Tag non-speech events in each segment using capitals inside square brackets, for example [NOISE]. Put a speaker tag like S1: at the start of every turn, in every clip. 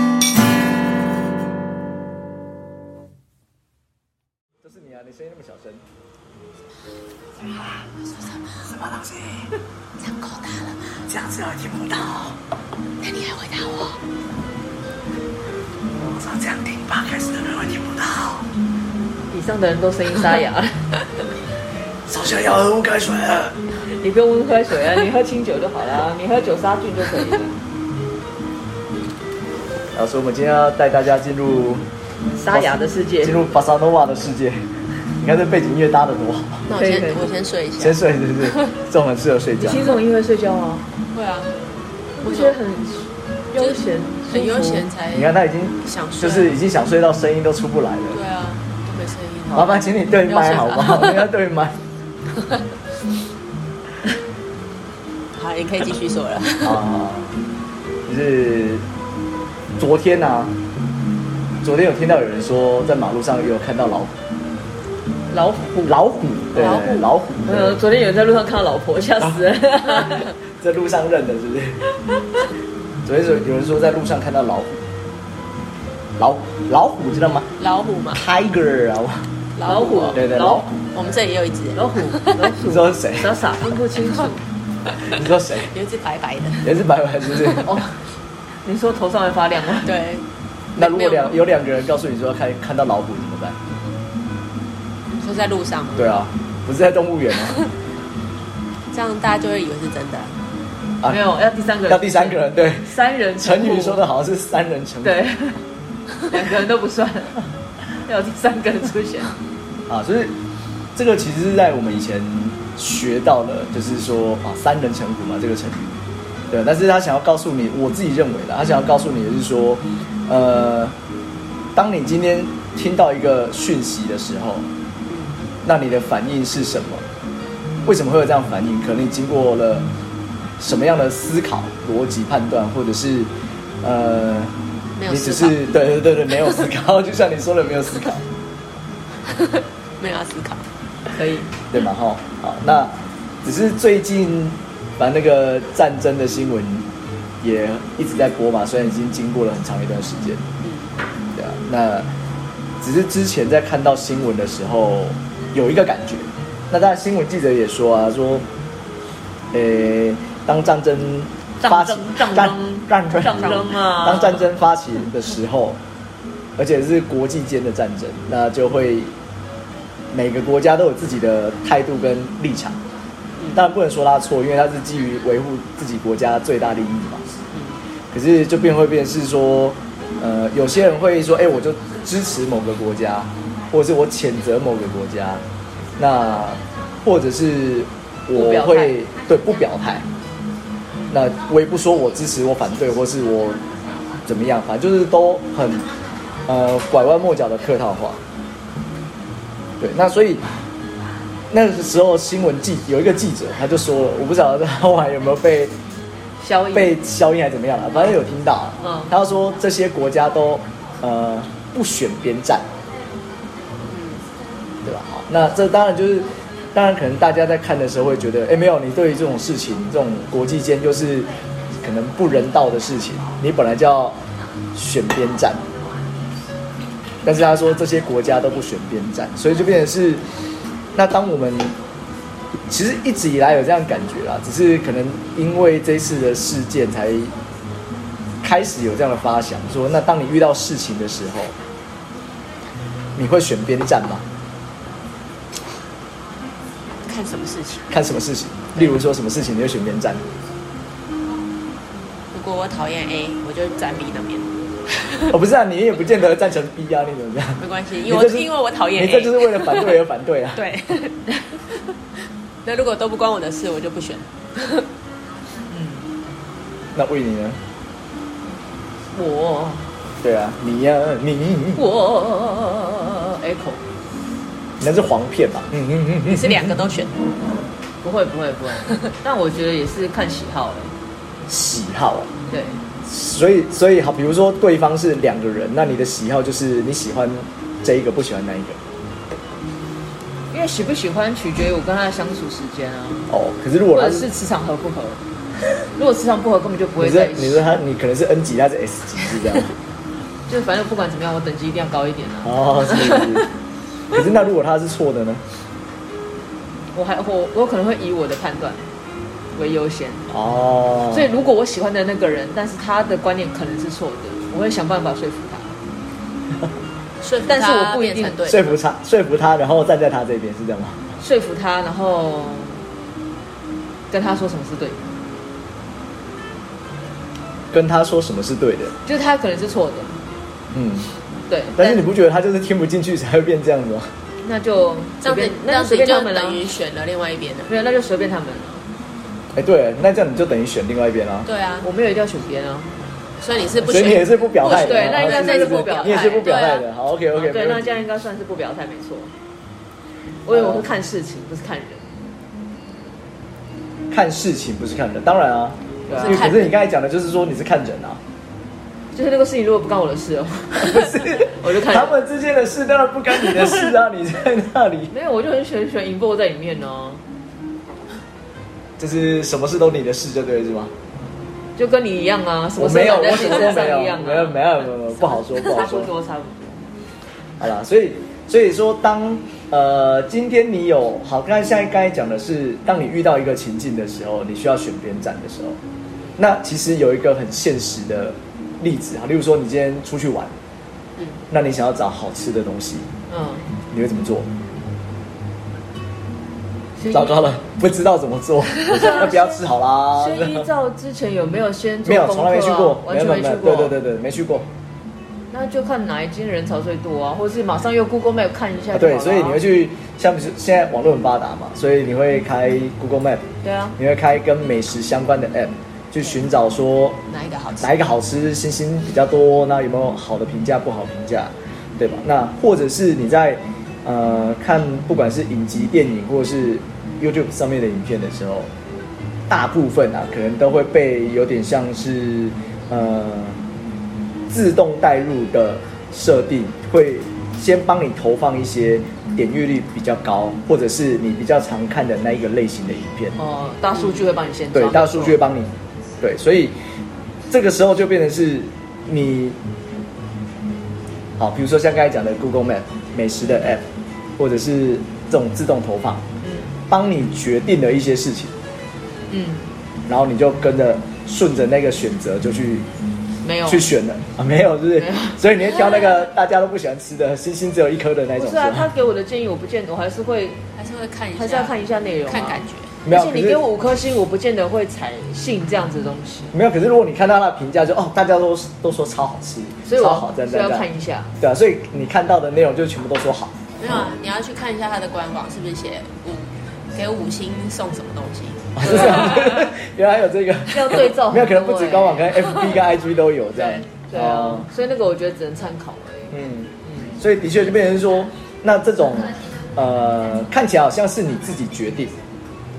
S1: 啊声音那么小声？
S2: 什么东西？
S3: 伤口大了吗？
S2: 这样子我听不到。
S3: 那你还回答我？
S2: 我说这样听吧，开始的人会听不到。
S4: 以上的人都声音沙
S3: [LAUGHS]
S4: 哑了，
S2: 首先要喝温开水。
S4: 你不用温开水啊，你喝清酒就好了，啊你喝酒杀菌就可以了。
S1: 老师，我们今天要带大家进入
S4: 沙哑的世界
S1: 进，入巴萨诺瓦的世界。你看这背景音乐搭的多好，
S3: 那我
S4: 可以
S3: 先
S4: 可以
S3: 我先睡一下
S1: 先。睡，对对对，这种很适合睡
S4: 你
S1: 觉。
S4: 听这种音乐睡觉吗？
S3: 会啊，
S4: 我觉得很悠闲，
S3: 很悠闲
S4: 舒
S3: 才
S1: 你看他已经
S3: 想睡，
S1: 就是已经想睡到声音都出不来了。
S3: 对啊，都没声音了。
S1: 麻烦请你对麦好不好？
S3: 不要
S1: 你要对麦。
S3: [LAUGHS] 好，你可以继续说了。
S1: 啊，就是昨天呐、啊，昨天有听到有人说在马路上也有看到老虎，
S4: 服老虎。
S1: 老虎，对
S4: 老虎，
S1: 老虎，嗯
S4: 呃，
S1: 对
S4: 昨天有人在路上看到老
S3: [LAUGHS]
S4: 婆，吓死人。
S1: 在路上认的，是不是？ [LAUGHS] 昨天有有人说在路上看到老虎，老老虎知道吗
S3: 老虎嘛，
S1: ？Tiger 啊，
S4: 老虎
S1: 我，对对
S4: 老
S1: 老
S4: 虎
S1: 虎，，
S3: 我们这里也有一只，
S4: 老虎，老
S1: [LAUGHS] 你
S4: 鼠，
S3: [LAUGHS]
S1: 说谁？
S4: 傻傻分不清楚。
S1: 你说谁？
S3: 有一只白白的。
S1: 也是白白，是不 [LAUGHS] 是？
S4: 哦，你说头上会发亮吗？
S3: 对，
S1: 那如果
S3: 没有
S1: 两有两个人告诉你说看看到老虎怎么办？
S3: 你说在路上嘛，
S1: 对啊，不是在动物园吗？
S3: 这样大家就会以为是真的。
S1: 啊
S4: 没有，要第三个人。
S1: 要第三个，人对。
S4: 三人成
S1: 成
S4: 虎
S1: 语说的好像是三人成虎，
S4: 对，两个人都不算，要有第三个人出现。
S1: 啊，就是这个其实是在我们以前学到了，就是说啊三人成虎嘛这个成语，对，但是他想要告诉你，我自己认为的，他想要告诉你的是说，呃，当你今天听到一个讯息的时候，那你的反应是什么？为什么会有这样反应？可能你经过了什么样的思考、逻辑判断，或者是呃，
S3: 没有
S1: 你只
S3: 思考
S1: 是对对对对，没有思考， [LAUGHS] 就像你说的，没有思考。
S3: 没有要思考，
S4: 可以，
S1: 对嘛吼，好，那只是最近把那个战争的新闻也一直在播嘛，虽然已经经过了很长一段时间，
S4: 嗯
S1: 对啊，那只是之前在看到新闻的时候有一个感觉，那当然新闻记者也说啊，说，呃、当战争发起
S4: 战
S1: 战
S4: 争
S1: 战争
S4: 战争啊
S1: 当战争发起的时候， [LAUGHS] 而且是国际间的战争，那就会每个国家都有自己的态度跟立场。嗯当然不能说他错，因为他是基于维护自己国家最大利益嘛。
S4: 嗯
S1: 可是就变会变是说，呃，有些人会说，哎、我就支持某个国家，或者是我谴责某个国家，那或者是我
S4: 不表态
S1: 会对不表态，那我也不说我支持我反对，或是我怎么样，反正就是都很呃拐弯抹角的客套话。对，那所以那个时候新闻记有一个记者他就说了，我不晓得他后来有没有被
S4: 消音。
S1: 被消音还是怎么样了，反正有听到啊。
S4: 嗯
S1: 他说这些国家都呃不选边站，对吧？好，那这当然就是，当然可能大家在看的时候会觉得，哎，没有，你对于这种事情，这种国际间就是可能不人道的事情，你本来就要选边站。但是他说这些国家都不选边站，所以就变成是，那当我们其实一直以来有这样感觉啦，只是可能因为这次的事件才开始有这样的发想，说那当你遇到事情的时候，你会选边站吗？
S3: 看什么事情。
S1: 看什么事情？例如说什么事情你会选边
S3: [LAUGHS]
S1: 站？
S3: 如果我讨厌 A，我就站 B 那边，
S1: 哦，不是啊，你也不见得赞成 B 啊，你怎么样？
S3: 没关系，
S1: 你
S3: 因为我
S1: 这就是
S3: 因为我讨厌
S1: 你
S3: A。！
S1: 这就是为了反对而反对啊
S3: [LAUGHS] 对。那如果都不关我的事，我就不选。
S1: 那为你呢？
S4: 我
S1: 对啊，你呀、你
S4: 我 echo
S1: 那是黄片吧？嗯嗯嗯
S3: 你
S1: 嗯，
S3: 是两个都选，
S4: 不会不会不会， [LAUGHS] 但我觉得也是看喜好了。欸
S1: 喜好、啊。
S4: 对，
S1: 所以，所以好，比如说对方是两个人，那你的喜好就是你喜欢这一个，不喜欢那一个。
S4: 因为喜不喜欢取决于我跟他的相处时间啊，
S1: 哦，可是如果
S4: 或
S1: 他
S4: 者是磁场合不合。 [LAUGHS] 如果磁场不合，根本就不
S1: 你
S4: 会
S1: 是
S4: 在一
S1: 你是
S4: 起。
S1: 他，你可能是 N 级，他是
S4: [LAUGHS]
S1: S 级，是这样。
S4: 就是反正不管怎么样，我等级一定要高一点啊。
S1: 哦，是是是可是那如果他是错的呢？
S4: 我还我我可能会以我的判断为优先，
S1: 哦，
S4: 所以如果我喜欢的那个人，但是他的观念可能是错的，我会想办法说服他。
S3: 说服
S4: 但是
S3: 他
S4: 我不一
S3: 变成
S4: 定
S3: 对的，
S1: 说服他，说服他，然后站在他这边是这样吗？
S4: 说服他，然后跟他说什么是对的，
S1: 跟他说什么是对的，
S4: 就是他可能是错的，
S1: 嗯，
S4: 对。
S1: 但是你不觉得他就是听不进去才会变这样子吗？
S4: 那就
S3: 这
S4: 随
S3: 样子
S4: 便，
S3: 这
S4: 那
S3: 样
S4: 就
S3: 子
S4: 随
S3: 你
S4: 便
S3: 就
S4: 他们了
S3: 等，于选了另外一边了。
S4: 没有那就随便他们了。
S1: 哎、对，那这样你就等于选另外一边啦。
S3: 对啊，
S4: 我没有一定要选别人啊，
S3: 所以你是不
S1: 所以
S3: 选，
S1: 你也是不表态的，
S3: 不选
S4: 对那应该
S1: 哦
S4: 那是不表态
S1: 你也是不表态
S3: 对
S1: 的。好，OK
S4: 啊
S1: OK，
S4: 对，那这样应该算是不表态没错。我以为我是看事情，不是看人。
S1: 看事情不是看人，当然啊，
S4: 对啊
S1: 因为可是你刚才讲的就是说你是看人
S4: [LAUGHS]
S1: 啊，
S4: 就是那个事情如果不干我的事哦，
S1: 不是
S4: 我就看人
S1: 他们之间的事当然不干你的事啊，你在那 [LAUGHS] 里
S4: [LAUGHS] 没有，我就很喜欢喜欢 involve 在里面哦，
S1: 就是什么事都你的事就对了是吗？
S4: 就跟你一样啊，什么
S1: 我
S4: 事都
S1: 没有，我
S4: 揽在你
S1: 什么都
S4: 身
S1: 没有
S4: 上一样，啊，
S1: 没有没有没
S4: [LAUGHS]
S1: 有没有，不好说不
S4: 差
S1: 好
S4: 不
S1: 说。
S4: 多差不多。
S1: 好啦，所以所以说当呃今天你有好，刚才现在刚才讲的是，当你遇到一个情境的时候，你需要选边站的时候，那其实有一个很现实的例子啊，例如说你今天出去玩，
S4: 嗯
S1: 那你想要找好吃的东西，
S4: 嗯，
S1: 你会怎么做？
S4: 所以
S1: 糟糕了，不知道怎么
S4: [LAUGHS]
S1: 做，那不要吃好啦。
S4: 所以依照之前有没有先做
S1: 没有，
S4: 功
S1: 从来没
S4: 课
S1: 去
S4: 啊
S1: 过，
S4: 完全
S1: 有
S4: 没
S1: 有
S4: 去
S1: 有
S4: 过，
S1: 对对对对，没去过。
S4: 那就看哪一间人潮最多啊，或是马上用 Google Map 看一
S1: 啊
S4: 下就好
S1: 对，
S4: 了啊
S1: 所以你会去，像不是现在网络很发达嘛，所以你会开 Google Map，
S4: 对啊，
S1: 你会开跟美食相关的 App 去寻找说
S3: 哪一个好吃？
S1: 哪一个好吃，星星比较多，那有没有好的评价，不好评价，对吧？那或者是你在呃看不管是影集、电影或者是 YouTube 上面的影片的时候，大部分啊可能都会被有点像是呃自动带入的设定，会先帮你投放一些点阅率比较高，或者是你比较常看的那一个类型的影片。
S4: 哦，大数据会帮你先抓
S1: 对，大数据会
S4: 没错
S1: 帮你，对，所以这个时候就变成是你，好，比如说像刚才讲的 Google Map 美食的 App，或者是这种自动投放，帮你决定了一些事情，
S4: 嗯，
S1: 然后你就跟着顺着那个选择就去
S4: 没有
S1: 去选了啊，没有，就是
S4: 没有
S1: [LAUGHS] 所以你会挑那个大家都不喜欢吃的，星星只有一颗的那
S4: 不
S1: 种，
S4: 是啊，
S1: 吧
S4: 他给我的建议我不见得，我还是会
S3: 还是会看一下，
S4: 还是要看一下内容、啊，
S3: 看感觉。
S1: 没有，
S4: 而且你
S1: 可是
S4: 给我五颗星，我不见得会采信这样子的东西，
S1: 没有，可是如果你看到他的评价就，哦，大家都都说超好吃，
S4: 所以
S1: 超
S4: 我
S1: 好，这样这
S4: 所以要
S1: 样这样
S4: 看一下。
S1: 对啊，所以你看到的内容就全部都说好，
S3: 没有啊，
S4: 嗯
S3: 你要去看一下他的官网是不是写五给五星送什么东西？
S1: 是这样。 [LAUGHS] 原来有这个，
S4: 啊要对照很多欸
S1: 没有可能不止官网跟 FB 跟 IG 都有这样。
S4: [LAUGHS]
S1: 哦
S4: 对啊，所以那个我觉得只能参考而已。
S1: 嗯，所以的确就变成说，那这种呃看起来好像是你自己决定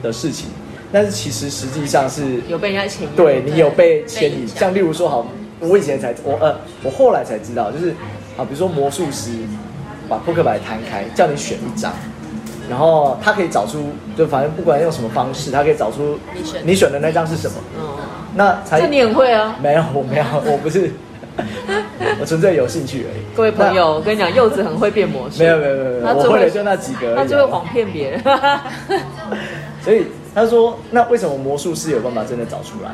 S1: 的事情，但是其实实际上是
S4: 有被人家潜移
S1: 对你有被
S3: 被
S1: 牵引，
S3: 影响
S1: 像例如说，好，我以前才我呃，我后来才知道，就是啊，比如说魔术师把扑克牌摊开，叫你选一张，然后他可以找出，就反正不管用什么方式，他可以找出
S3: 你选
S1: 你选的那张是什么，
S4: 嗯，
S1: 那才
S4: 这你很会啊，
S1: 没有，我没有，我不是， [LAUGHS] 我纯粹有兴趣而已。
S4: 各位朋友，我跟你讲，柚子很会变魔术，
S1: 那，没有没有没有没
S4: 他
S1: 有，
S4: 最
S1: 我
S4: 会
S1: 会的就那几个而已啊。
S4: 他就会谎骗
S1: [LAUGHS]
S4: 别人。
S1: 所以他说，那为什么魔术师有办法真的找出来？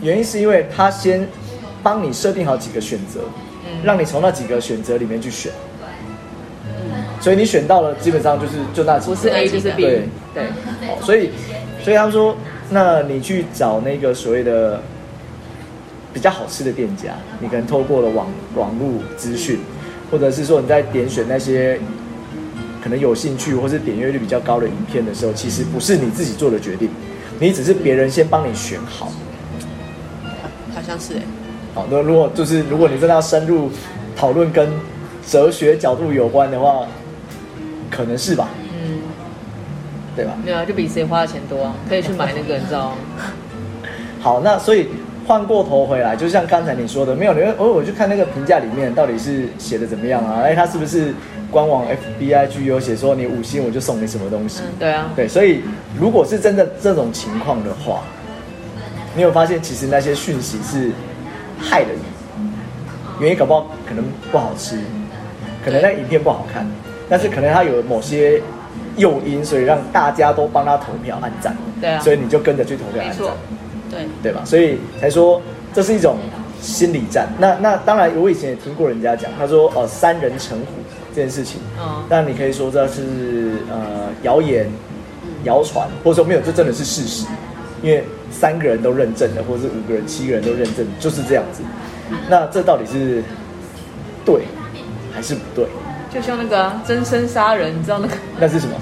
S1: 原因是因为他先帮你设定好几个选择，
S4: 嗯
S1: 让你从那几个选择里面去选。所以你选到了，基本上就是就那几个，啊
S4: 不是 A 就是 B，
S1: 对，
S4: 对，
S1: 好哦所以所以他们说，那你去找那个所谓的比较好吃的店家，你可能透过了网网络资讯，或者是说你在点选那些可能有兴趣或是点阅率比较高的影片的时候，其实不是你自己做的决定，你只是别人先帮你选好。
S3: 好像是哎、
S1: 好，那如果就是如果你真的要深入讨论跟哲学角度有关的话，可能是吧，
S4: 嗯，
S1: 对吧？
S4: 没有啊，就比谁花的钱多啊，可以去买那个，你知道吗？
S1: 好，那所以换过头回来，就像刚才你说的，没有，你会偶尔去看那个评价里面到底是写的怎么样啊？哎，他是不是官网 FBI G 有写说你五星我就送你什么东西？
S4: 对啊，
S1: 对，所以如果是真的这种情况的话，你有发现其实那些讯息是害了你，原因搞不好可能不好吃，可能那影片不好看，但是可能他有某些诱因，所以让大家都帮他投票按赞，
S4: 对啊
S1: 所以你就跟着去投票
S4: 没
S1: 按赞
S4: 错，，
S3: 对，
S1: 对吧？所以才说这是一种心理战。那那当然，我以前也听过人家讲，他说哦、呃三人成虎这件事情，
S4: 嗯，
S1: 那你可以说这是呃谣言、谣传，或者说没有，这真的是事实，因为三个人都认证了，或者是五个人、七个人都认证，就是这样子。那这到底是对还是不对？
S4: 就像那个啊真身杀人，你知道那个？
S1: 那是什么？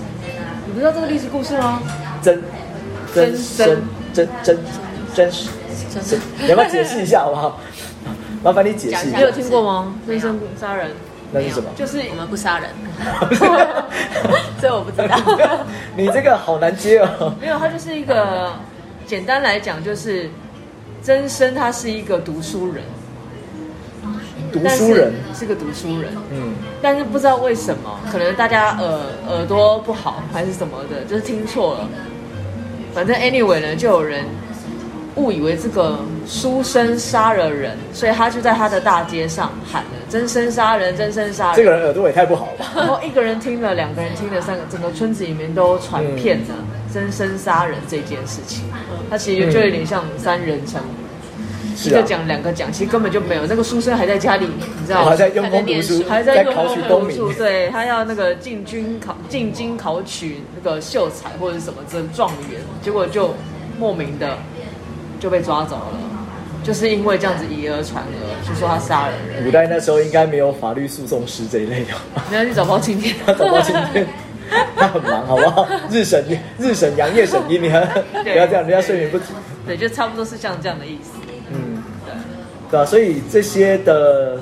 S4: 你不知道这个历史故事吗？
S1: 真
S4: 真
S1: 真真真真实
S3: 真
S1: 真，你要不要解释一下好不好？麻烦你解释一
S3: 讲
S1: 下
S3: 一下
S4: 你有听过吗？真身杀人
S1: 那是什么？ [LAUGHS]
S4: 就是
S3: 我们不杀人，这我不知道。
S1: 你这个好难接 [LAUGHS] 哦。
S4: 没有，它就是一个简单来讲，就是真身他是一个读书人，
S1: 读
S4: 但是
S1: 书人，
S4: 是个读书人，
S1: 嗯，
S4: 但是不知道为什么，可能大家耳耳朵不好还是什么的，就是听错了。反正 anyway 呢，就有人误以为这个书生杀了人，所以他就在他的大街上喊了“真身杀人，真身杀人”。
S1: 这个人耳朵也太不好了吧？
S4: 然后一个人听了，两个人听了，三个，整个村子里面都传遍了
S1: 嗯
S4: 真身杀人这件事情。他其实就就有点像三人成虎，一
S1: 是
S4: 个
S1: 啊，
S4: 讲两个讲，其实根本就没有。那个书生还在家里，你知道
S1: 我还
S4: 吗？
S1: 在用功读书，
S4: 还在
S1: 在
S4: 用
S1: 考
S4: 功
S1: 取功
S4: 读书
S1: 名。
S4: 对他要那个进军考进京考取那个秀才或者是什么这状元，结果就莫名的就被抓走了，就是因为这样子以讹传讹，就说他杀了人，
S1: 古代那时候应该没有法律诉讼师这一类的， [LAUGHS]
S4: 然后你找不到今天，
S1: 他找到
S4: [LAUGHS]
S1: 今天， [LAUGHS] 他很忙，好不好？日审日审阳，夜审阴，你 [LAUGHS] 还不
S4: 对
S1: 要这样，人家睡眠不足。
S4: 对，就差不多是像这样的意思。
S1: 嗯，
S4: 对，
S1: 对啊，所以这些的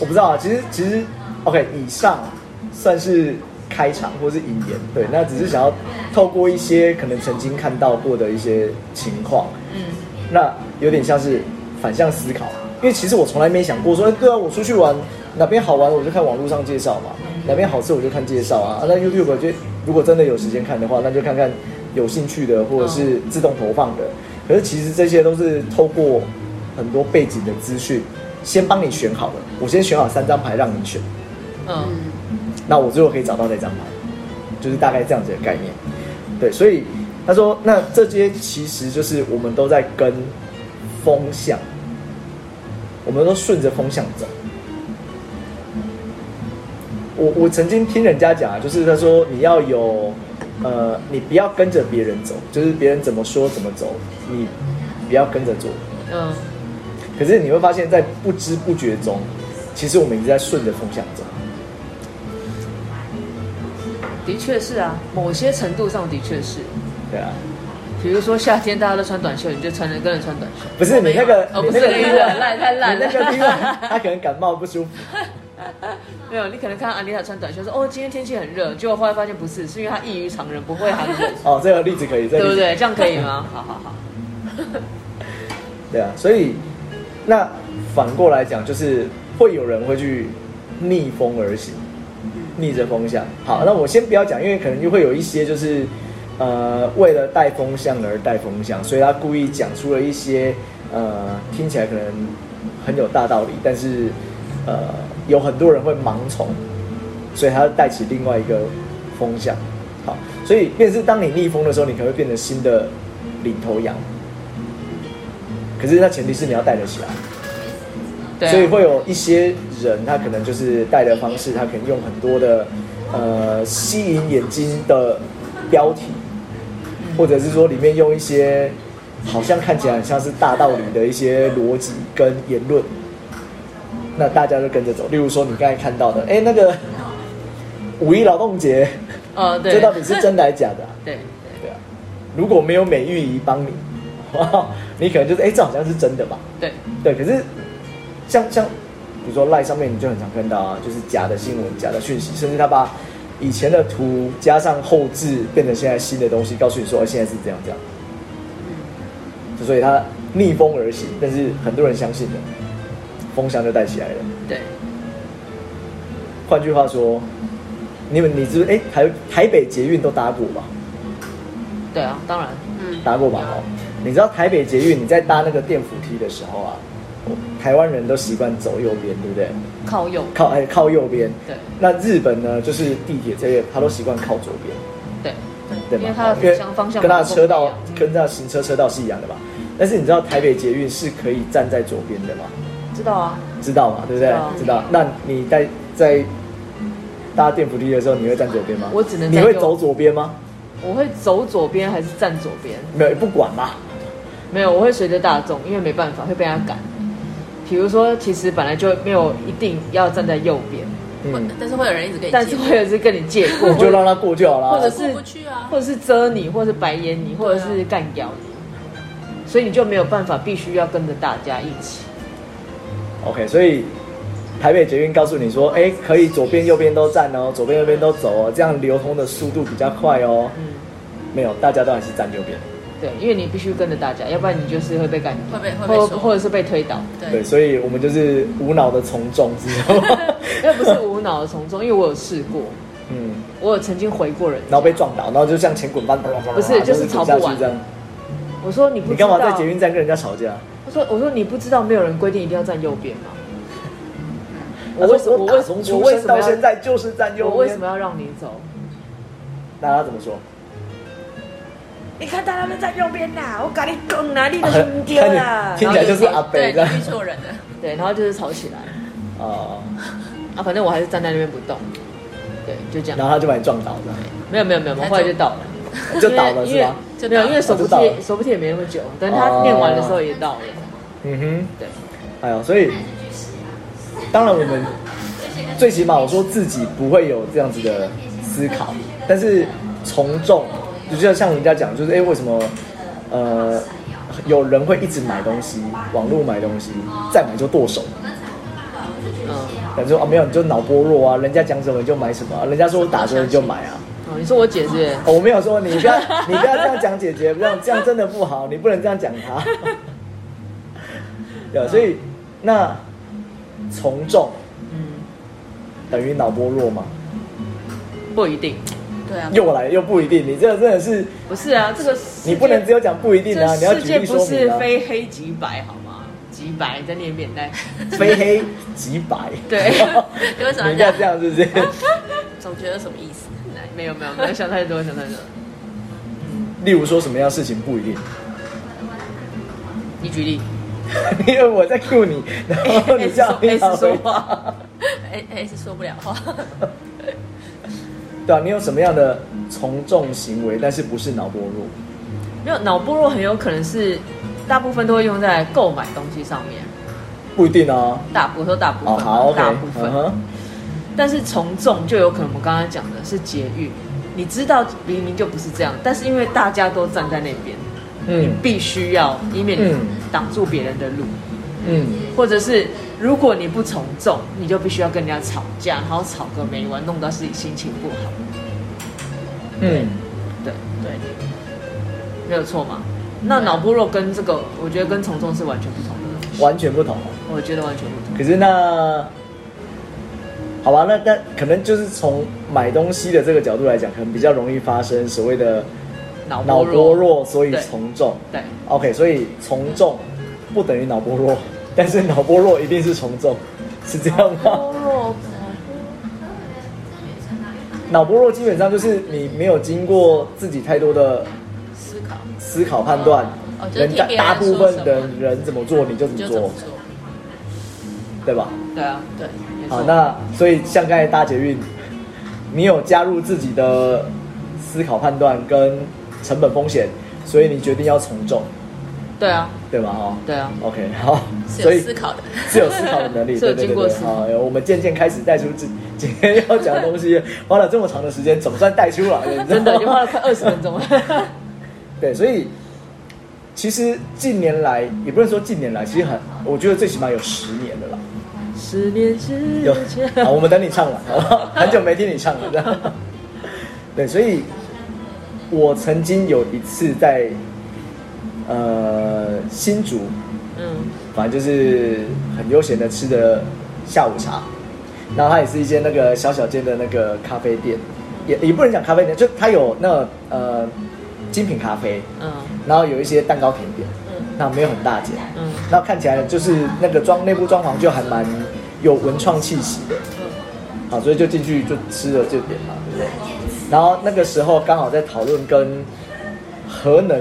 S1: 我不知道啊，其实其实 OK，以上算是开场或是引言，对，那只是想要透过一些可能曾经看到过的一些情况，
S4: 嗯，
S1: 那有点像是反向思考，啊因为其实我从来没想过说，哎对啊，我出去玩哪边好玩我就看网络上介绍嘛，哪边好吃我就看介绍啊。啊那 YouTube 就如果真的有时间看的话，那就看看有兴趣的或者是自动投放的。可是其实这些都是透过很多背景的资讯，先帮你选好了，我先选好三张牌让你选，
S4: 嗯，
S1: 那我最后可以找到那张牌，就是大概这样子的概念。对，所以他说，那这些其实就是我们都在跟风向，我们都顺着风向走。我我曾经听人家讲啊，就是他说你要有，呃，你不要跟着别人走，就是别人怎么说怎么走，你不要跟着做。
S4: 嗯，
S1: 可是你会发现在不知不觉中，其实我们一直在顺着风向走。
S4: 的确是啊，某些程度上的确是。
S1: 对啊，
S4: 比如说夏天大家都穿短袖，你就穿人跟着穿短袖。
S1: 不是你那个，
S4: 哦
S1: 你
S4: 不是
S1: 那个
S4: 那个
S1: Levi，
S4: 烂太烂了
S1: 你那个
S4: 啊
S1: Levi，他可能感冒不舒服，
S4: [LAUGHS] 没有，你可能看到安妮塔穿短袖，说哦，今天天气很热，结果后来发现不是，是因为她异于常人，不会寒冷，
S1: 哦，这个例子可以，这
S4: [LAUGHS] 对
S1: 个
S4: 不
S1: 例子
S4: 对？这样可以 [LAUGHS] 吗？好好好，
S1: 对啊，所以那反过来讲，就是会有人会去逆风而行，逆着风向。好，那我先不要讲，因为可能就会有一些就是呃，为了带风向而带风向，所以他故意讲出了一些呃，听起来可能很有大道理，但是呃，有很多人会盲从，所以他带起另外一个风向。好，所以便是当你逆风的时候，你可能会变成新的领头羊。可是那前提是你要带得起来，
S4: 对、啊，
S1: 所以会有一些人，他可能就是带的方式，他可能用很多的呃吸引眼睛的标题，或者是说里面用一些好像看起来很像是大道理的一些逻辑跟言论，那大家就跟着走。例如说你刚才看到的，哎、那个五一劳动节，
S4: 呃，对，
S1: 这到底是真的还是假的啊、 [LAUGHS]
S4: 对，
S1: 对啊，如果没有美玉仪帮你， [LAUGHS] 你可能就是哎、这好像是真的吧？
S4: 对对，
S1: 对，可是像像比如说赖上面你就很常看到啊，就是假的新闻、假的讯息，甚至他把以前的图加上后置，变成现在新的东西，告诉你说，哦，现在是这样这样。就所以他逆风而行，但是很多人相信的，风向就带起来了。
S4: 对，
S1: 换句话说，你们你知不哎、台台北捷运都搭过吧？
S4: 对啊，当然，
S3: 嗯，
S1: 搭过吧？哦，你知道台北捷运你在搭那个电扶梯的时候啊，台湾人都习惯走右边，对不对？
S4: 靠右，
S1: 靠哎靠右边。
S4: 对
S1: 那日本呢，就是地铁这些，他都习惯靠左边，
S4: 对，
S1: 对吗？
S4: 因为它的
S1: 因为
S4: 方向方向
S1: 跟它的
S4: 不一
S1: 车道
S4: 样嗯
S1: 跟它的行车车道是一样的吧？但是你知道台北捷运是可以站在左边的吗？
S4: 知道啊，
S1: 知道嘛？对不对
S4: 知道？
S1: 知道。那你在在搭电扶梯的时候，你会站左边吗？
S4: 我只能
S1: 你
S4: 站
S1: 会
S4: 右
S1: 走左边吗？
S4: 我会走左边还是站左边？
S1: 没有，不管嘛。
S4: 没有，我会随着大众，因为没办法会被他赶。比如说，其实本来就没有一定要站在右边，
S1: [LAUGHS] 嗯，
S3: 但是会有人一直跟你
S4: 但是
S3: 借
S4: 会有人是跟你借过，
S1: 你就让他过就好
S4: 或
S1: 啦
S4: 者。
S3: 过
S4: 是
S3: 不去啊
S4: 或。者是遮你，或者是白眼你，或者是干咬你，所以你就没有办法，必须要跟着大家一起。
S1: OK，所以台北捷运告诉你说，哎，可以左边右边都站哦，左边右边都走哦，这样流通的速度比较快哦。
S4: 嗯，
S1: 没有，大家都还是站右边。
S4: 对，因为你必须跟着大家，要不然你就是会被干掉，
S3: 会被会被
S4: 或
S3: 说
S4: 或者是被推倒。
S1: 对，
S3: 对，
S1: 所以我们就是无脑的从众，知道吗？
S4: [LAUGHS] 那不是无脑的从众，因为我有试过， [LAUGHS]
S1: 嗯，
S4: 我有曾经回过人家，
S1: 然后被撞倒，然后就像前滚翻，咚咚咚咚
S4: 不是
S1: 咚
S4: 就是
S1: 滚
S4: 吵不
S1: 下去
S4: 完
S1: 这样。
S4: 我说你不
S1: 你
S4: 知道
S1: 干嘛在捷运站跟人家吵架？
S4: 他说：“我说你不知道没有人规定一定要站右边吗？我
S1: 他
S4: 为什
S1: 说
S4: 么我为
S1: 打
S4: 什
S1: 从
S4: 么
S1: 出
S4: 我为
S1: 生
S4: 什
S1: 到
S4: 么
S1: 现
S4: 要
S1: 在就是站右
S4: 我
S1: 边？
S4: 为什么要让你走？
S1: 那他怎么说？
S4: 你看大家都站右边啦，我搞你拱哪里都
S1: 很
S4: 丢啦。
S1: 啊听起来就是阿北
S3: 对，
S1: 的
S3: 你遇错人了。
S4: 对，然后就是吵起来
S1: 啊，
S4: 啊，反正我还是站在那边不动。对，就这
S1: 然
S4: 样。
S1: 后他就把你撞倒了，
S4: 没有没有没有，我们后来 [LAUGHS] 就到了，
S1: 就倒了
S4: 因
S1: 是
S4: 为
S1: 吧？
S4: 因为没有，因为手扶
S1: 就倒了
S4: 梯手扶梯也没那么久，等他念完的时候也到了。
S1: 嗯
S4: 对，
S1: 哼，哎呦，所以当然我们最起码我说自己不会有这样子的思考，但是从众，就像像人家讲，就是哎、为什么呃有人会一直买东西，网络买东西，再买就剁手，
S4: 嗯，
S1: 感觉啊没有你就脑波弱啊，人家讲什么你就买什么啊、人家说我打折你就买啊。
S4: 哦，你说我姐是不是？
S1: 我没有说你不要，你不要这样讲姐姐，这样这样真的不好，你不能这样讲
S4: [LAUGHS]
S1: 她。对，所以那从众
S4: 嗯，
S1: 等于脑波弱吗？
S4: 不一定，
S3: 对
S4: 嗯
S3: 啊，
S1: 又来又不一定，你这个真的是
S4: 不是啊，这个世界
S1: 你不能只有讲不一定啊，你要
S4: 这世
S1: 举
S4: 界
S1: 例
S4: 不
S1: 说
S4: 是
S1: 明啊。
S4: 非黑即白好吗？即白在念面带，
S1: 非黑即白，
S4: [LAUGHS] 对
S1: [LAUGHS]
S4: 啊
S3: 你为什么
S1: 你
S3: 要
S1: 不
S3: 这
S1: 要这？样
S3: 样
S1: 是不是？
S3: 总觉得什么意思？ [LAUGHS]
S4: 没有没有没有想太多想太多。
S1: [LAUGHS] 例如说什么样的事情不一定， [LAUGHS]
S4: 你举例，
S1: 因为我在 Q 你，然哦后你
S4: [LAUGHS]
S1: 这样
S4: S
S1: 回
S4: 哎说
S1: 答
S4: 话，
S3: 哎哎，是说不了话。
S1: 对啊，你有什么样的从众行为，但是不是脑波弱？
S4: 没有脑波弱很有可能是大部分都会用在购买东西上面，
S1: 不一定啊。
S4: 大部我说大部
S1: 哦，
S4: 分
S1: 好，OK，
S4: 大部分，
S1: 嗯哼
S4: 但是从众就有可能我们刚刚讲的是节育，你知道明明就不是这样，但是因为大家都站在那边，
S1: 嗯
S4: 必须要以免你
S1: 嗯
S4: 挡住别人的路。
S1: 嗯。
S4: 或者是如果你不从众，你就必须要跟人家吵架，然后吵个没完，弄到自己心情不好。
S1: 嗯，
S4: 对对，没有错嘛。那脑波弱跟这个，我觉得跟从众是完全不同的，
S1: 完全不同。
S4: 我觉得完全不同。
S1: 可是那，好吧，那那可能就是从买东西的这个角度来讲，可能比较容易发生所谓的
S4: 脑
S1: 脑
S4: 波弱，
S1: 波弱，所以
S4: 对
S1: 从众。
S4: 对
S1: OK，所以从众不等于脑波弱， [LAUGHS] 但是脑波弱一定是从众，是这样吗？
S4: 波弱，
S1: 脑波弱基本上就是你没有经过自己太多的
S3: 思考，
S1: 思考判断，
S3: 哦就是听
S1: 大
S3: 别人
S1: 大部
S3: 说
S1: 分
S3: 什么
S1: 的人怎么做你就怎
S3: 你
S1: 么
S3: 就怎
S1: 做
S3: 么，做？
S1: 对吧？
S4: 对啊，
S3: 对，
S4: 没
S1: 好，
S4: 错。
S1: 那所以像刚才搭捷运，你有加入自己的思考判断跟成本风险，所以你决定要从众，
S4: 对啊，
S1: 对吧？哈、[LAUGHS]
S4: 对啊，
S1: o k 好，
S3: 是
S1: 所以
S3: 有思考的。
S1: 是有思考的
S4: [LAUGHS]
S1: 能力，
S4: 是有
S1: 对对
S4: 经
S1: 对
S4: 过
S1: 对，
S4: 思考
S1: 好，我们渐渐开始带出自今天要讲的东西，花了这么长的时间，总算带出来了，你知道吗
S4: 真的，你花了快二十分钟
S1: [LAUGHS]
S4: 了。
S1: 对，所以其实近年来也不能说近年来，其实很，我觉得最起码有十年了啦。
S4: 十年之
S1: 有
S4: 前，
S1: 好，我们等你唱完，好不好？很久没听你唱了，这样。对，所以我曾经有一次在呃新竹，
S4: 嗯，
S1: 反正就是很悠闲的吃的下午茶，然后它也是一间那个小小间的那个咖啡店，也也不能讲咖啡店，就它有那个呃精品咖啡，
S4: 嗯
S1: 然后有一些蛋糕甜点，
S4: 嗯
S1: 那没有很大间，
S4: 嗯
S1: 那看起来就是那个装内部装潢就还蛮有文创气息的，
S4: 嗯
S1: 好，所以就进去就吃了这点嘛，对不对？然后那个时候刚好在讨论跟核能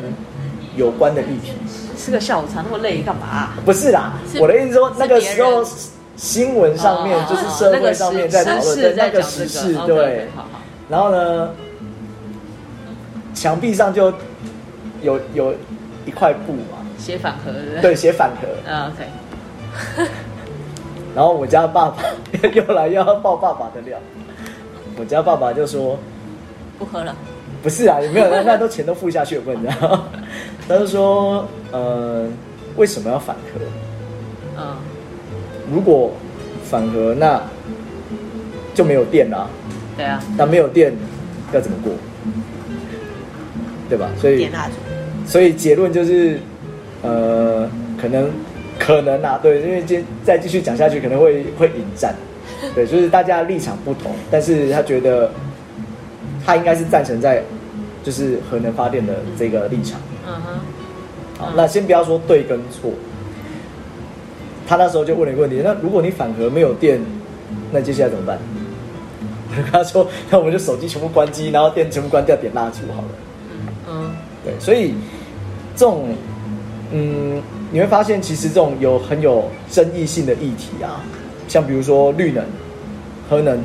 S1: 有关的议题，
S4: 吃个下午茶那么累干嘛啊、
S1: 不是啦，
S3: 是
S1: 我的意思说
S3: 是
S1: 那个
S3: 别
S1: 时候
S3: 人
S1: 新闻上面
S4: 哦
S1: 就是
S4: 哦哦
S1: 社
S4: 那
S1: 会
S4: 个
S1: 上面
S4: 时
S1: 在讨论
S4: 时
S1: 的
S4: 事
S1: 那
S4: 在
S1: 个
S4: 讲
S1: 时
S4: 这个
S1: 事，
S4: 哦
S1: 对
S4: 对，好好
S1: 然后呢，墙壁上就有有一块布嘛，
S4: 写反核对不
S1: [LAUGHS]
S4: 对？
S1: 对，写反核。
S4: 啊 OK，
S1: 然后我家爸爸 [LAUGHS] 又来又要爆爸爸的料，我家爸爸就说
S3: 不喝了，
S1: 不是啊，也没有，那那都钱都付下去，我跟你讲。他就说，呃，为什么要反核？
S4: 嗯，
S1: 如果反核，那就没有电啦、
S4: 对啊，
S1: 那没有电要怎么过？对吧？所以
S3: 点蜡烛，
S1: 所以结论就是，呃，可能可能啊，对，因为接再继续讲下去可能会会引战，对，就是大家立场不同，但是他觉得他应该是赞成在就是核能发电的这个立场。
S4: 嗯哼，
S1: 好
S4: 嗯，
S1: 那先不要说对跟错，他那时候就问了一个问题：那如果你反核没有电，那接下来怎么办？我就跟他说：那我们就手机全部关机，然后电全部关掉，点蜡烛好了。
S4: 嗯
S1: 对，所以这种嗯，你会发现其实这种有很有争议性的议题啊，像比如说绿能、核能、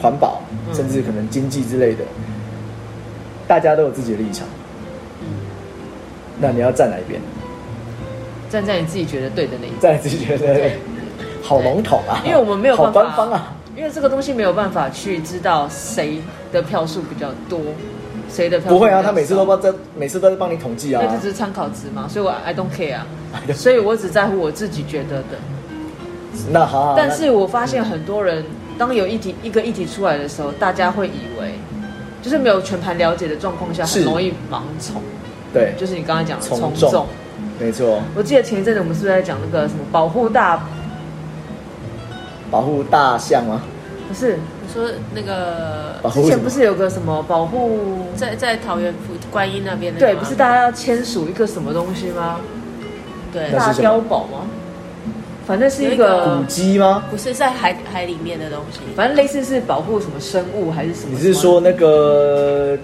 S1: 环保，
S4: 嗯
S1: 甚至可能经济之类的，大家都有自己的立场。
S4: 嗯
S1: 那你要站哪一边？
S4: 站在你自己觉得对的那一边，
S1: 站在自己觉得好笼统啊，
S4: 因为我们没有办
S1: 好
S4: 法
S1: 官方啊。
S4: 因为这个东西没有办法去知道谁的票数比较多，谁的票数
S1: 不会啊，
S4: 比较
S1: 他每次
S4: 少
S1: 都帮这，每次都在帮你统计啊
S4: 那。就只是参考值嘛，所以我 I don't care
S1: [LAUGHS]
S4: 啊
S1: don't care
S4: 所以我只在乎我自己觉得的。
S1: 那好嗯好，
S4: 但
S1: 那
S4: 是我发现很多人，当有一题一个议题出来的时候，大家会以为，就是没有全盘了解的状况下，
S1: 是
S4: 很容易盲从，
S1: 对，
S4: 就是你刚才讲的
S1: 从
S4: 从
S1: 众
S4: 众。
S1: 没错，
S4: 我记得前一阵子我们是不是在讲那个什么保护大，
S1: 保护大象吗？
S4: 不是
S3: 你说那个
S1: 保护
S4: 之
S1: 什
S4: 前
S1: 么
S4: 不是有个什么保护？
S3: 在在桃园附观音那边的
S4: 对，不是大家要签署一个什么东西吗？
S3: 对
S1: 那，
S4: 大
S1: 是什么
S4: 碉堡吗？反正是一
S3: 有
S4: 个
S1: 古，鸡吗？
S3: 不是在海海里面的东西，
S4: 反正类似是保护什么生物还是什么？
S1: 你是说那个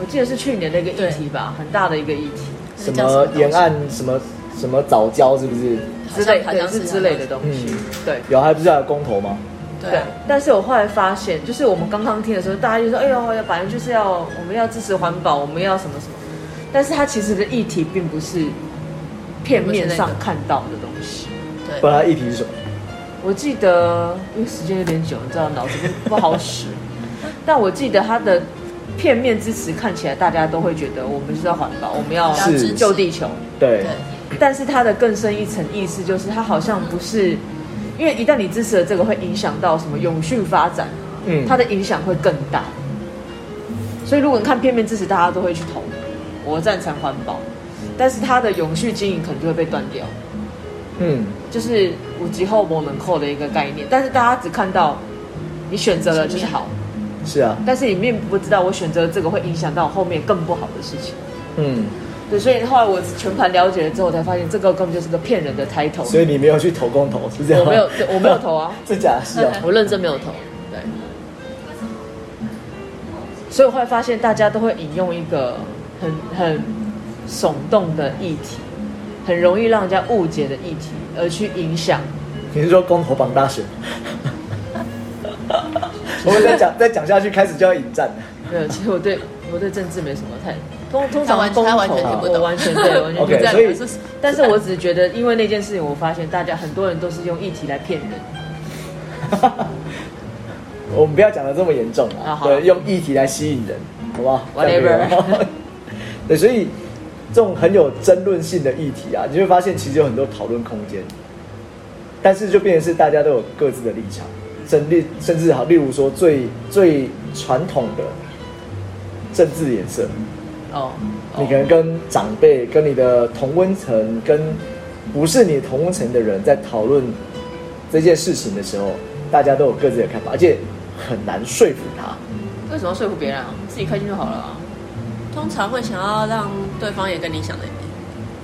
S4: 我记得是去年的一个议题吧，很大的一个议题
S1: 什
S3: 那叫
S1: 么
S3: 东西
S1: 沿岸什么什么早教是不是？
S3: 好
S4: 之
S3: 像
S4: 类
S3: 好
S4: 的，
S3: 像
S4: 是
S3: 是
S4: 之类的东西。
S1: 嗯
S4: 对
S1: 有，还不是还有公投吗？
S3: 对啊，
S4: 但是我后来发现，就是我们刚刚听的时候，大家就说：“哎呦，反正就是要我们要支持环保，我们要什么什么。”但是它其实的议题并不是片面上
S3: 不是那个
S4: 看到的东西。
S3: 对
S1: 不。然它议题是什么？
S4: 我记得，因为时间有点久，你知道脑子不不好
S3: [LAUGHS]
S4: 使。但我记得它的片面支持看起来，大家都会觉得我们就是要环保，我们要
S1: 是
S4: 救地球。
S1: 对
S3: 对，
S4: 但是它的更深一层意思就是，它好像不是，因为一旦你支持了这个，会影响到什么永续发展，
S1: 嗯，
S4: 它的影响会更大。所以如果你看片面支持，大家都会去投，我赞成环保，但是它的永续经营可能就会被断掉，
S1: 嗯，
S4: 就是五级后我门扣的一个概念。但是大家只看到你选择了就是好，
S1: 是啊，
S4: 但是你并不知道我选择这个会影响到后面更不好的事情。
S1: 嗯，
S4: 对，所以后来我全盘了解了之后，我才发现这个根本就是个骗人的 title。
S1: 所以你没有去投公投是这样吗？
S4: 我没有对我没有投啊，
S1: [LAUGHS] 真假是
S4: [LAUGHS]
S1: 啊，
S4: 我认真没有投。对，所以我后来发现大家都会引用一个很很耸动的议题，很容易让人家误解的议题，而去影响。
S1: 你是说公投榜大
S4: [LAUGHS]
S1: 选？我们再讲再讲下去，开始就要引战了。
S4: 没有，其实我对我对政治没什么太通通
S3: 他
S4: 常
S3: 完
S4: 公
S3: 他
S4: 投
S3: 完全听不懂，
S4: 我完全对完全
S1: OK，
S4: 听不懂。
S1: 所以
S3: 这是
S4: 但是我只是觉得，因为那件事情，我发现大家很多人都是用议题来骗人。
S1: 我们不要讲的这么严重
S4: 啊
S1: 啊，
S4: 好
S1: 对，用议题来吸引人，好不好
S4: Whatever
S1: 这样可以吗 [LAUGHS] 对，所以这种很有争论性的议题啊，你就会发现其实有很多讨论空间，但是就变成是大家都有各自的立场，甚至甚至好，例如说最最传统的政治颜色，
S4: 哦，
S1: 你可能跟长辈、跟你的同温层、跟不是你同温层的人在讨论这件事情的时候，大家都有各自的看法，而且很难说服
S4: [LAUGHS]
S1: 他。
S4: 为什么要说服别人啊？自己开心就好了啊。
S3: 通常会想要让对方也跟你想的一样，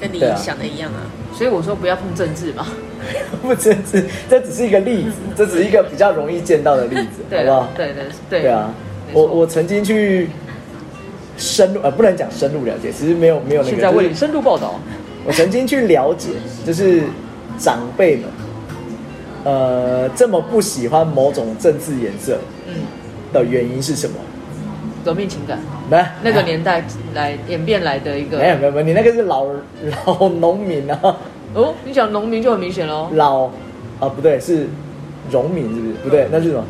S3: 跟你
S1: 对啊
S3: 想的一样啊。
S4: 所以我说不要碰政治嘛。
S1: 不只是这只是一个例子，这只是一个比较容易见到的例子，好
S4: 对啊
S1: 不好？
S4: 对对对
S1: 对啊，
S4: 没错
S1: 我我曾经去深入呃，不能讲深入了解，其实没有没有那个。
S4: 现在为
S1: 就
S4: 你
S1: 是
S4: 深度报道。
S1: 我曾经去了解，就是长辈们，呃，这么不喜欢某种政治颜色
S4: 嗯，
S1: 的原因是什么？
S4: 革命情感
S1: 来，
S4: 那个年代来演变来的一个
S1: 没有没有没有，你那个是老老农民啊，
S4: 哦，你讲农民就很明显喽，
S1: 老啊不对是农民是不是？不对，那是什么？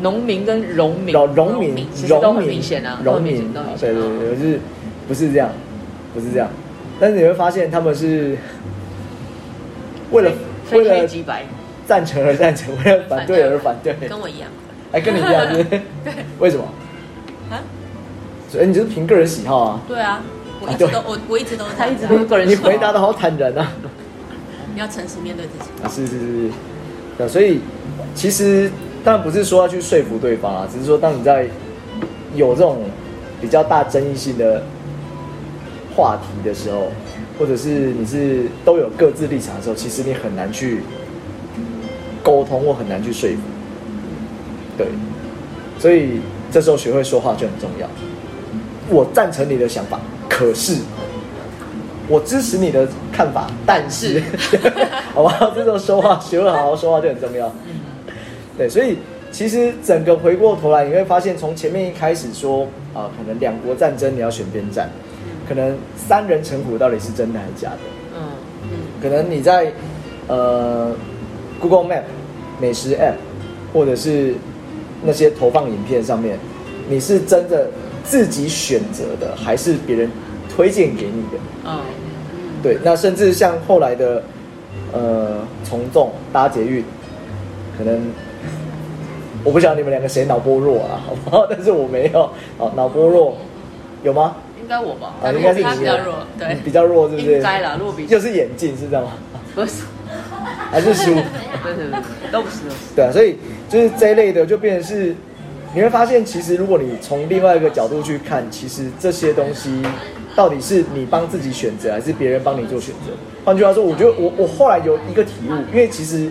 S4: 农民跟嗯农民，
S1: 老农哦民
S4: 其，实都
S1: 农
S4: 很
S1: 民
S4: 明显啊，都
S1: 农
S4: 很明
S1: 民
S4: 显，都很明
S1: 对
S4: 显
S1: 对
S4: 啊。
S1: 对，就是不是这样，不是这样，但是你会发现他们是为了为
S4: 啊非黑
S1: 了
S4: 即白，
S1: 赞成而赞成，为了反对而反对，
S3: 跟我一样。
S1: 哎，跟你一 [LAUGHS] 样，是不是为什么？
S3: 啊，
S1: 所以你就是凭个人喜好啊。
S3: 对啊，我
S1: 啊
S3: 一直
S1: 对
S3: 都我我一直都
S4: 他一直
S3: 这样
S4: 都是个人
S1: 你
S4: 喜好
S1: 回答的好坦然啊！
S3: 你要诚实面对自己。
S1: 啊，是是是是，对，所以其实当然不是说要去说服对方啊，只是说当你在有这种比较大争议性的话题的时候，或者是你是都有各自立场的时候，其实你很难去沟通或很难去说服。对，所以这时候学会说话就很重要。我赞成你的想法，可是我支持你的看法，但是， [LAUGHS] 好不好？这时候说话学会好好说话就很重要。对，所以其实整个回过头来，你会发现从前面一开始说啊、可能两国战争你要选边站，可能三人成虎到底是真的还是假的？
S4: 嗯，
S1: 可能你在呃 Google Map 美食 App 或者是那些投放影片上面，你是真的自己选择的，还是别人推荐给你的？
S4: 嗯，
S1: 对，那甚至像后来的呃从众搭捷运，可能我不晓得你们两个谁脑波弱啊，好不好？ [LAUGHS] 但是我没有，哦，脑波弱有吗？
S4: 应该我吧，
S1: 啊，应该是你
S3: 他比较
S1: 有
S3: 弱对
S1: 你比较弱是不是？
S4: 应该啦，若比
S1: 又是眼镜是这样吗？
S4: 不是，
S1: 还
S3: [LAUGHS]
S1: 是书？
S4: 不是，不是都不是，都不是
S1: 对啊，所以就是这一类的就变成是，你会发现，其实如果你从另外一个角度去看，其实这些东西到底是你帮自己选择，还是别人帮你做选择？换句话说，我觉得我我后来有一个体悟，因为其实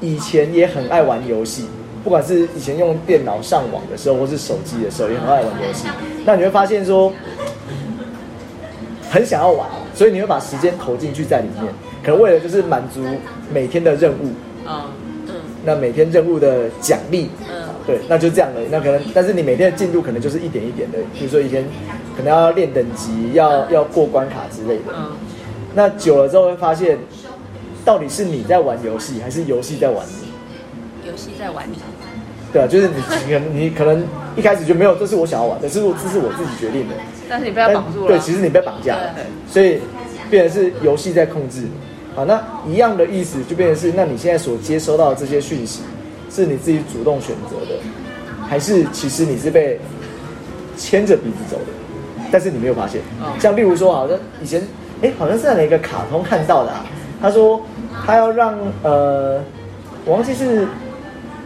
S1: 以前也很爱玩游戏，不管是以前用电脑上网的时候，或是手机的时候，也很爱玩游戏。那你会发现说，很想要玩，所以你会把时间投进去在里面，可能为了就是满足每天的任务。
S4: 嗯，
S3: 嗯
S1: 那每天任务的奖励，
S3: 嗯，
S1: 对，那就这样了。那可能，但是你每天的进度可能就是一点一点的，比如说以前可能要练等级，要要过关卡之类的。
S4: 嗯，
S1: 那久了之后会发现，到底是你在玩游戏，还是游戏在玩你？
S3: 游戏在玩你。
S1: 对啊，就是你可能你可能一开始就没有，这是我想要玩的，这是我这是我自己决定的。
S4: 但是你被他绑住了，
S1: 对，其实你被绑架了，所以变成是游戏在控制你。好，那一样的意思就变成是，那你现在所接收到的这些讯息，是你自己主动选择的，还是其实你是被牵着鼻子走的？但是你没有发现
S4: 哦。
S1: 像例如说，好像以前，哎、好像是在哪个卡通看到的、啊，他说他要让呃，我忘记是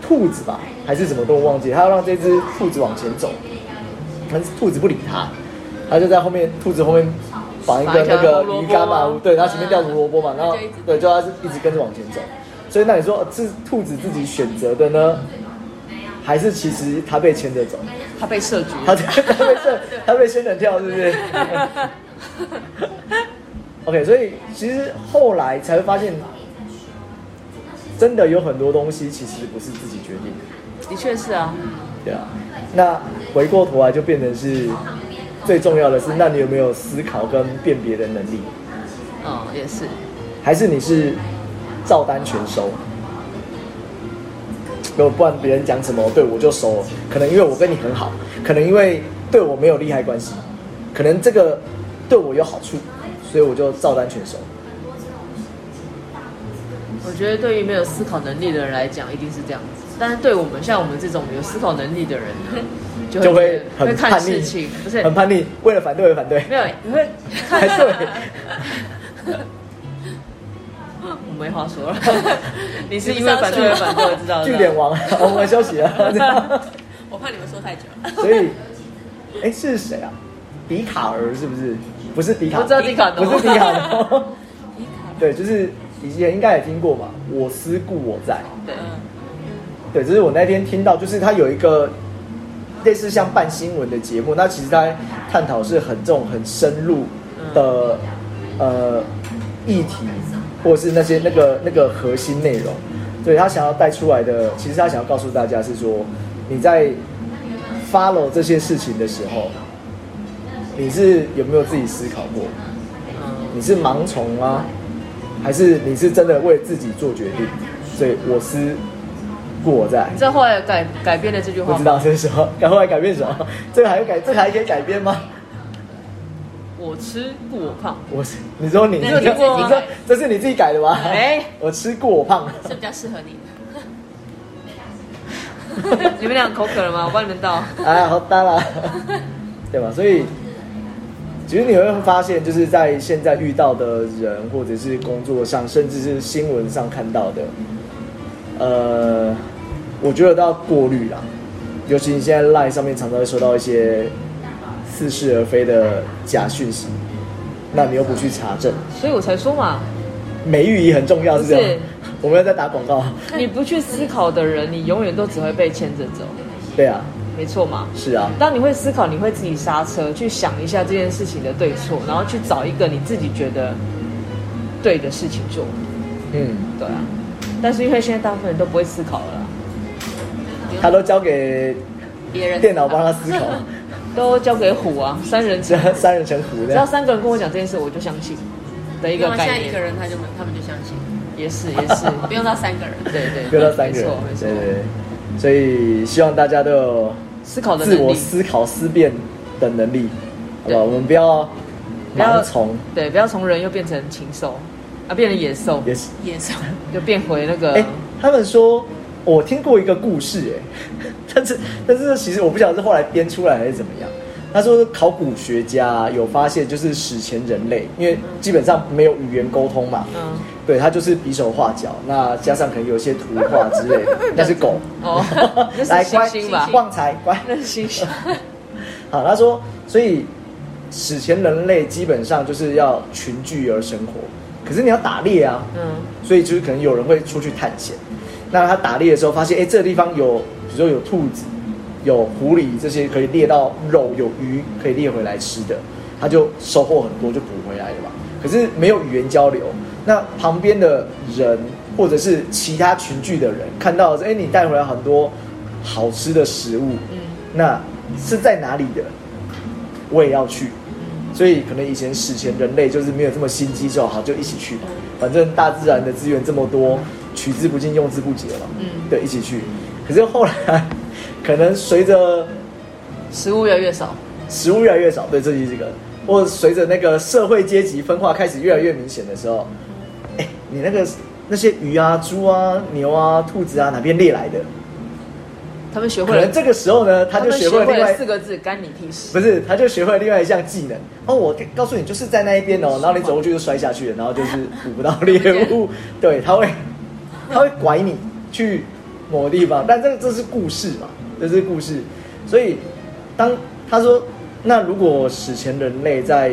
S1: 兔子吧，还是什么都忘记，他要让这只兔子往前走。但是兔子不理他，他就在后面兔子后面绑一
S4: 绑
S1: 个
S4: 一条
S1: 那个
S4: 胡萝
S1: 鱼
S4: 卜
S1: 竿嘛
S4: 啊，
S1: 对，它前面掉胡萝卜嘛，然后
S3: 就一直
S1: 对，就它是一直跟着往前走。所以那你说呃是兔子自己选择的呢，还是其实它被牵着走？
S4: 他被设局，
S1: 它它被这它被仙人跳是不是？OK，所以其实后来才会发现，真的有很多东西其实不是自己决定的。
S4: 的确是啊，
S1: 对啊，那回过头来就变成是最重要的是，那你有没有思考跟辨别的能力？
S4: 嗯，也是，
S1: 还是你是照单全收？如果不然别人讲什么，对我就收了。可能因为我跟你很好，可能因为对我没有利害关系，可能这个对我有好处，所以我就照单全收。
S4: 我觉得对于没有思考能力的人来讲，一定是这样子。但是对我们像我们这种有思考能力的人呢，就
S1: 就
S4: 会
S1: 会
S4: 觉得
S1: 很
S4: 会
S1: 叛
S4: 看
S1: 逆
S4: 事情，不是
S1: 很叛逆，为了反对而反对，
S4: 没有，
S1: [LAUGHS]
S4: 你会
S1: 还
S4: 看
S1: 是会
S4: [LAUGHS] 我没话说了。
S1: [LAUGHS]
S4: 你是因为反对而反对，我知道。
S1: 据点王，我们休
S4: [LAUGHS]
S1: 息啊了。
S3: 我怕你们说太久了。
S1: 所以，哎，是谁啊？比卡尔是不是？不是迪卡，
S4: 我知道迪卡侬
S1: 不是迪卡侬。对，就是以前应该也听过嘛，“我思故我在
S4: 对， [LAUGHS]
S3: 嗯，”。
S1: 对，这是我那天听到，就是他有一个类似像办新闻的节目，那其实他探讨是很这种很深入的、呃议题，或者是那些那个那个核心内容。对他想要带出来的，其实他想要告诉大家是说，你在 follow 这些事情的时候，你是有没有自己思考过？
S4: 嗯，
S1: 你是盲从吗？还是你是真的为自己做决定？所以我思故我在
S4: 你。这后来改改变了这句
S1: 不
S4: 话
S1: 知
S4: 吗？
S1: 道这是什么， [LAUGHS] 赶快改变什么？这个还会改，这个还可以改变吗？
S4: 我吃故我胖，
S1: 我是你说你，你
S3: 那
S1: 说
S3: 你
S1: 你
S3: 自己改
S1: 说这是你自己改的吗？
S4: 哎
S1: 我吃过我胖，
S3: 是比较适合你的。
S4: 你们俩口渴了吗？我帮你们
S1: [LAUGHS]
S4: 倒。
S1: 哎，好大啦，
S4: [LAUGHS]
S1: 对吧？所以其实你会发现，就是在现在遇到的人，或者是工作上，甚至是新闻上看到的，呃，我觉得都要过滤啦。尤其你现在 LINE 上面常常会收到一些似是而非的假讯息，那你又不去查证，
S4: 所以我才说嘛，
S1: 美育也很重要，是这
S4: 不是
S1: 样。我们要在打广告，
S4: 你不去思考的人，你永远都只会被牵着走，
S1: 对啊，
S4: 没错嘛。
S1: 是啊，
S4: 当你会思考，你会自己刹车，去想一下这件事情的对错，然后去找一个你自己觉得对的事情做，
S1: 嗯，
S4: 对啊。但是因为现在大部分人都不会思考了啦，
S1: 他都交给
S3: 别人
S1: 电脑帮他思考，
S4: [LAUGHS] 都交给
S1: [LAUGHS]
S4: 虎啊，三人
S1: 只
S4: 成
S1: 要三人成虎
S4: 只
S1: 这
S4: 要
S1: 样。
S4: 三个人跟我讲这件事，我就相信的一
S3: 因为
S4: 个
S3: 我现在
S4: 概
S3: 一个
S1: [LAUGHS]
S4: 念。
S3: 人，他就他们就相信，
S4: 也是也是，
S3: 不用到三个人。
S4: [LAUGHS] 对对，
S1: 不要到三个
S4: 没
S1: 人
S4: 错没，错
S1: 对。对对，所以希望大家都有
S4: 思考的
S1: 自
S4: 能
S1: 我
S4: 力，
S1: 思考、思辨的能力，好
S4: 对
S1: 吧？我们不要
S4: 不要
S1: 盲从，
S4: 对，不要从人又变成禽兽，啊，变成野兽，
S1: 也是。
S3: 野兽，
S4: 就变回那个
S1: 哎，他们说我听过一个故事，哎， [LAUGHS] 但是但是其实我不晓得是后来编出来还是怎么样。他说考古学家啊有发现，就是史前人类，因为基本上没有语言沟通嘛，
S4: 嗯，
S1: 对，它就是比手画脚，那加上可能有一些图画之类
S4: [LAUGHS]
S1: 的，那是狗。
S4: 哦那
S1: [LAUGHS]
S4: 是
S1: 来
S4: 猩猩吧
S1: 乖旺财乖。
S4: 那是星星，
S1: 好，他说，所以史前人类基本上就是要群居而生活，可是你要打猎啊，
S4: 嗯，
S1: 所以就是可能有人会出去探险。那他打猎的时候发现，哎、这个地方有，比如说有兔子、有狐狸这些可以猎到肉，有鱼可以猎回来吃的，他就收获很多，就捕回来了嘛。可是没有语言交流，那旁边的人或者是其他群聚的人看到的是，哎、你带回来很多好吃的食物，那是在哪里的？我也要去。所以可能以前史前人类就是没有这么心机，就好就一起去吧，反正大自然的资源这么多，取之不尽，用之不竭嘛。
S4: 嗯
S1: 对，一起去。可是后来，可能随着
S4: 食物越来越少，
S1: 食物越来越少，对，这就是一个，或者随着那个社会阶级分化开始越来越明显的时候，哎，你那个那些鱼啊、猪啊、牛啊、兔子啊，哪边猎来的？
S4: 他们学
S1: 可
S4: 会
S1: 能
S4: 了，
S1: 这个时候呢，他就
S4: 们
S1: 学
S4: 学
S1: 会了
S4: 会
S1: 另外
S4: 了四个字，干你屁事。
S1: 不是，他就学会另外一项技能。哦，我告诉你，就是在那一边哦，然后你走过去就摔下去了，然后就是捕不到猎
S4: [LAUGHS]
S1: 物。对，他会，他会拐你去某个地方，但这这是故事嘛，这是故事。所以，当他说，那如果史前人类在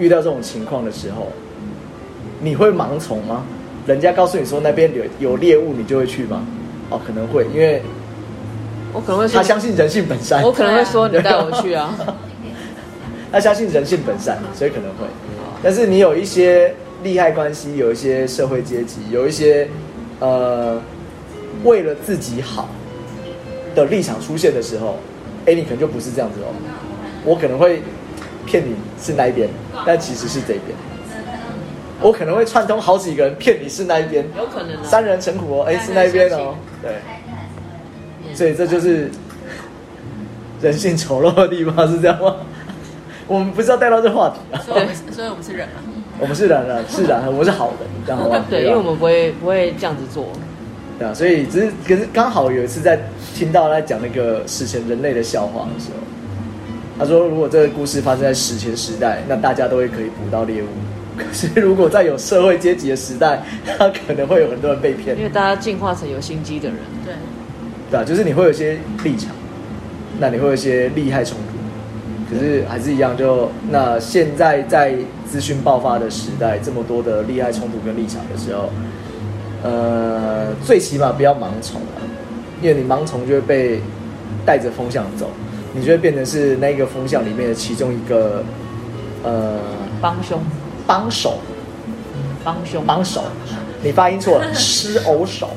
S1: 遇到这种情况的时候，你会盲从吗？人家告诉你说那边有有猎物，你就会去吗？哦，可能会，因为
S4: 我可能会
S1: 他
S4: 说，
S1: 相信人性本善。
S4: 我可能会说你带我去啊，
S1: [LAUGHS] 他相信人性本善，所以可能会。
S4: 哦
S1: 但是你有一些利害关系，有一些社会阶级，有一些呃为了自己好的立场出现的时候，哎、你可能就不是这样子哦。我可能会骗你是那一边，但其实是这边。我可能会串通好几个人骗你是那一边，
S4: 有可能啊
S1: 三，人成虎哦，哎、是那一边哦，对，所以这就是人性丑陋的地方，是这样吗？ [LAUGHS] 我们不是要带到这话题啊，
S3: 所以我们是所以我们是人嘛，
S1: 我们是人啊，是人啊，我们是好人，这样好 [LAUGHS] 吗？
S4: [LAUGHS] 对，因
S1: 吧
S4: 为我们不会不会这样子做，
S1: 对啊，所以只是可是刚好有一次在听到他讲那个史前人类的笑话的时候，他说如果这个故事发生在史前时代，那大家都会可以捕到猎物。可是如果在有社会阶级的时代，他可能会有很多人被骗
S4: 因。为大家进化成有心机的人，
S3: 对，
S1: 对啊，就是你会有一些立场，那你会有一些利害冲突。可是还是一样就，那现在在资讯爆发的时代，这么多的利害冲突跟立场的时候，呃，最起码不要盲从啊，因为你盲从就会被带着风向走，你就会变成是那个风向里面的其中一个呃
S4: 帮凶，
S1: 帮手，
S4: 帮凶，
S1: 帮手，你发音错了，狮偶手，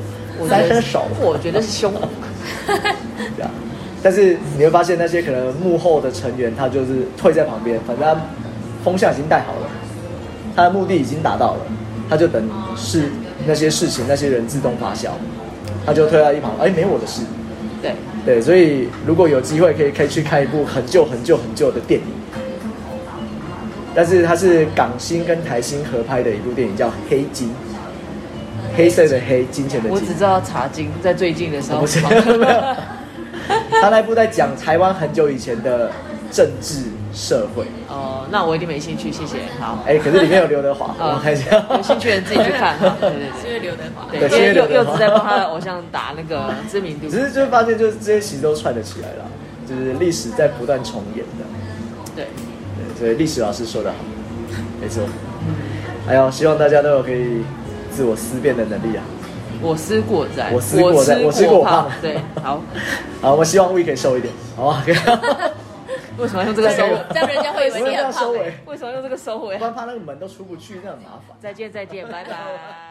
S1: 三声手，
S4: 我觉得是
S1: [LAUGHS]
S4: 凶。
S1: 对啊。但是你会发现那些可能幕后的成员，他就是退在旁边，反正他风向已经带好了，他的目的已经达到了，他就等事那些事情那些人自动发酵，他就退到一旁，哎，没我的事。
S4: 对，
S1: 对，所以如果有机会可以可以去看一部很旧很旧很旧的电影，但是它是港星跟台星合拍的一部电影，叫《黑金》，黑色的黑，金钱的
S4: 我
S1: 金
S4: 只。知道茶经在最近的时候
S1: 不是 [LAUGHS]
S4: 放，
S1: 没有他那部在讲台湾很久以前的政治社会，
S4: 哦，那我一定没兴趣，谢谢。好，
S1: 哎、可是里面有刘德
S4: [LAUGHS]
S1: 华，
S4: 呃
S1: 我看一下。
S4: 有兴趣的人自己去看啊哈。对对
S3: 是因为刘德华。
S4: 对，
S1: [LAUGHS] 对
S4: 对，
S1: 谢
S4: 因
S1: 谢刘
S4: 为柚
S1: 德
S4: 柚
S1: 华
S4: 子在帮他的偶像打那个知名度。
S1: [LAUGHS] 只是就发现，就是这些其实都串得起来了，就是历史在不断重演的。
S4: 对，
S1: 对，所以历史老师说的好，没错。还有，希望大家都有可以自我思辨的能力啊。
S4: 我思哎过在，
S1: 我思过在我思过胖
S4: 对，好，
S1: [LAUGHS] 好，我希望 We 可以瘦一点，好不好？
S4: [LAUGHS] 为什么要用这个收
S3: 这
S4: 尾
S3: 样？这样人家会以为
S1: 我
S3: 你
S1: 要
S3: 很
S1: 收
S3: 胖、
S1: 尾
S3: 欸。，
S4: 为什么要用这个收尾
S1: 不？然怕那个门都出不去，那很麻烦。
S4: 再见，再见，拜拜。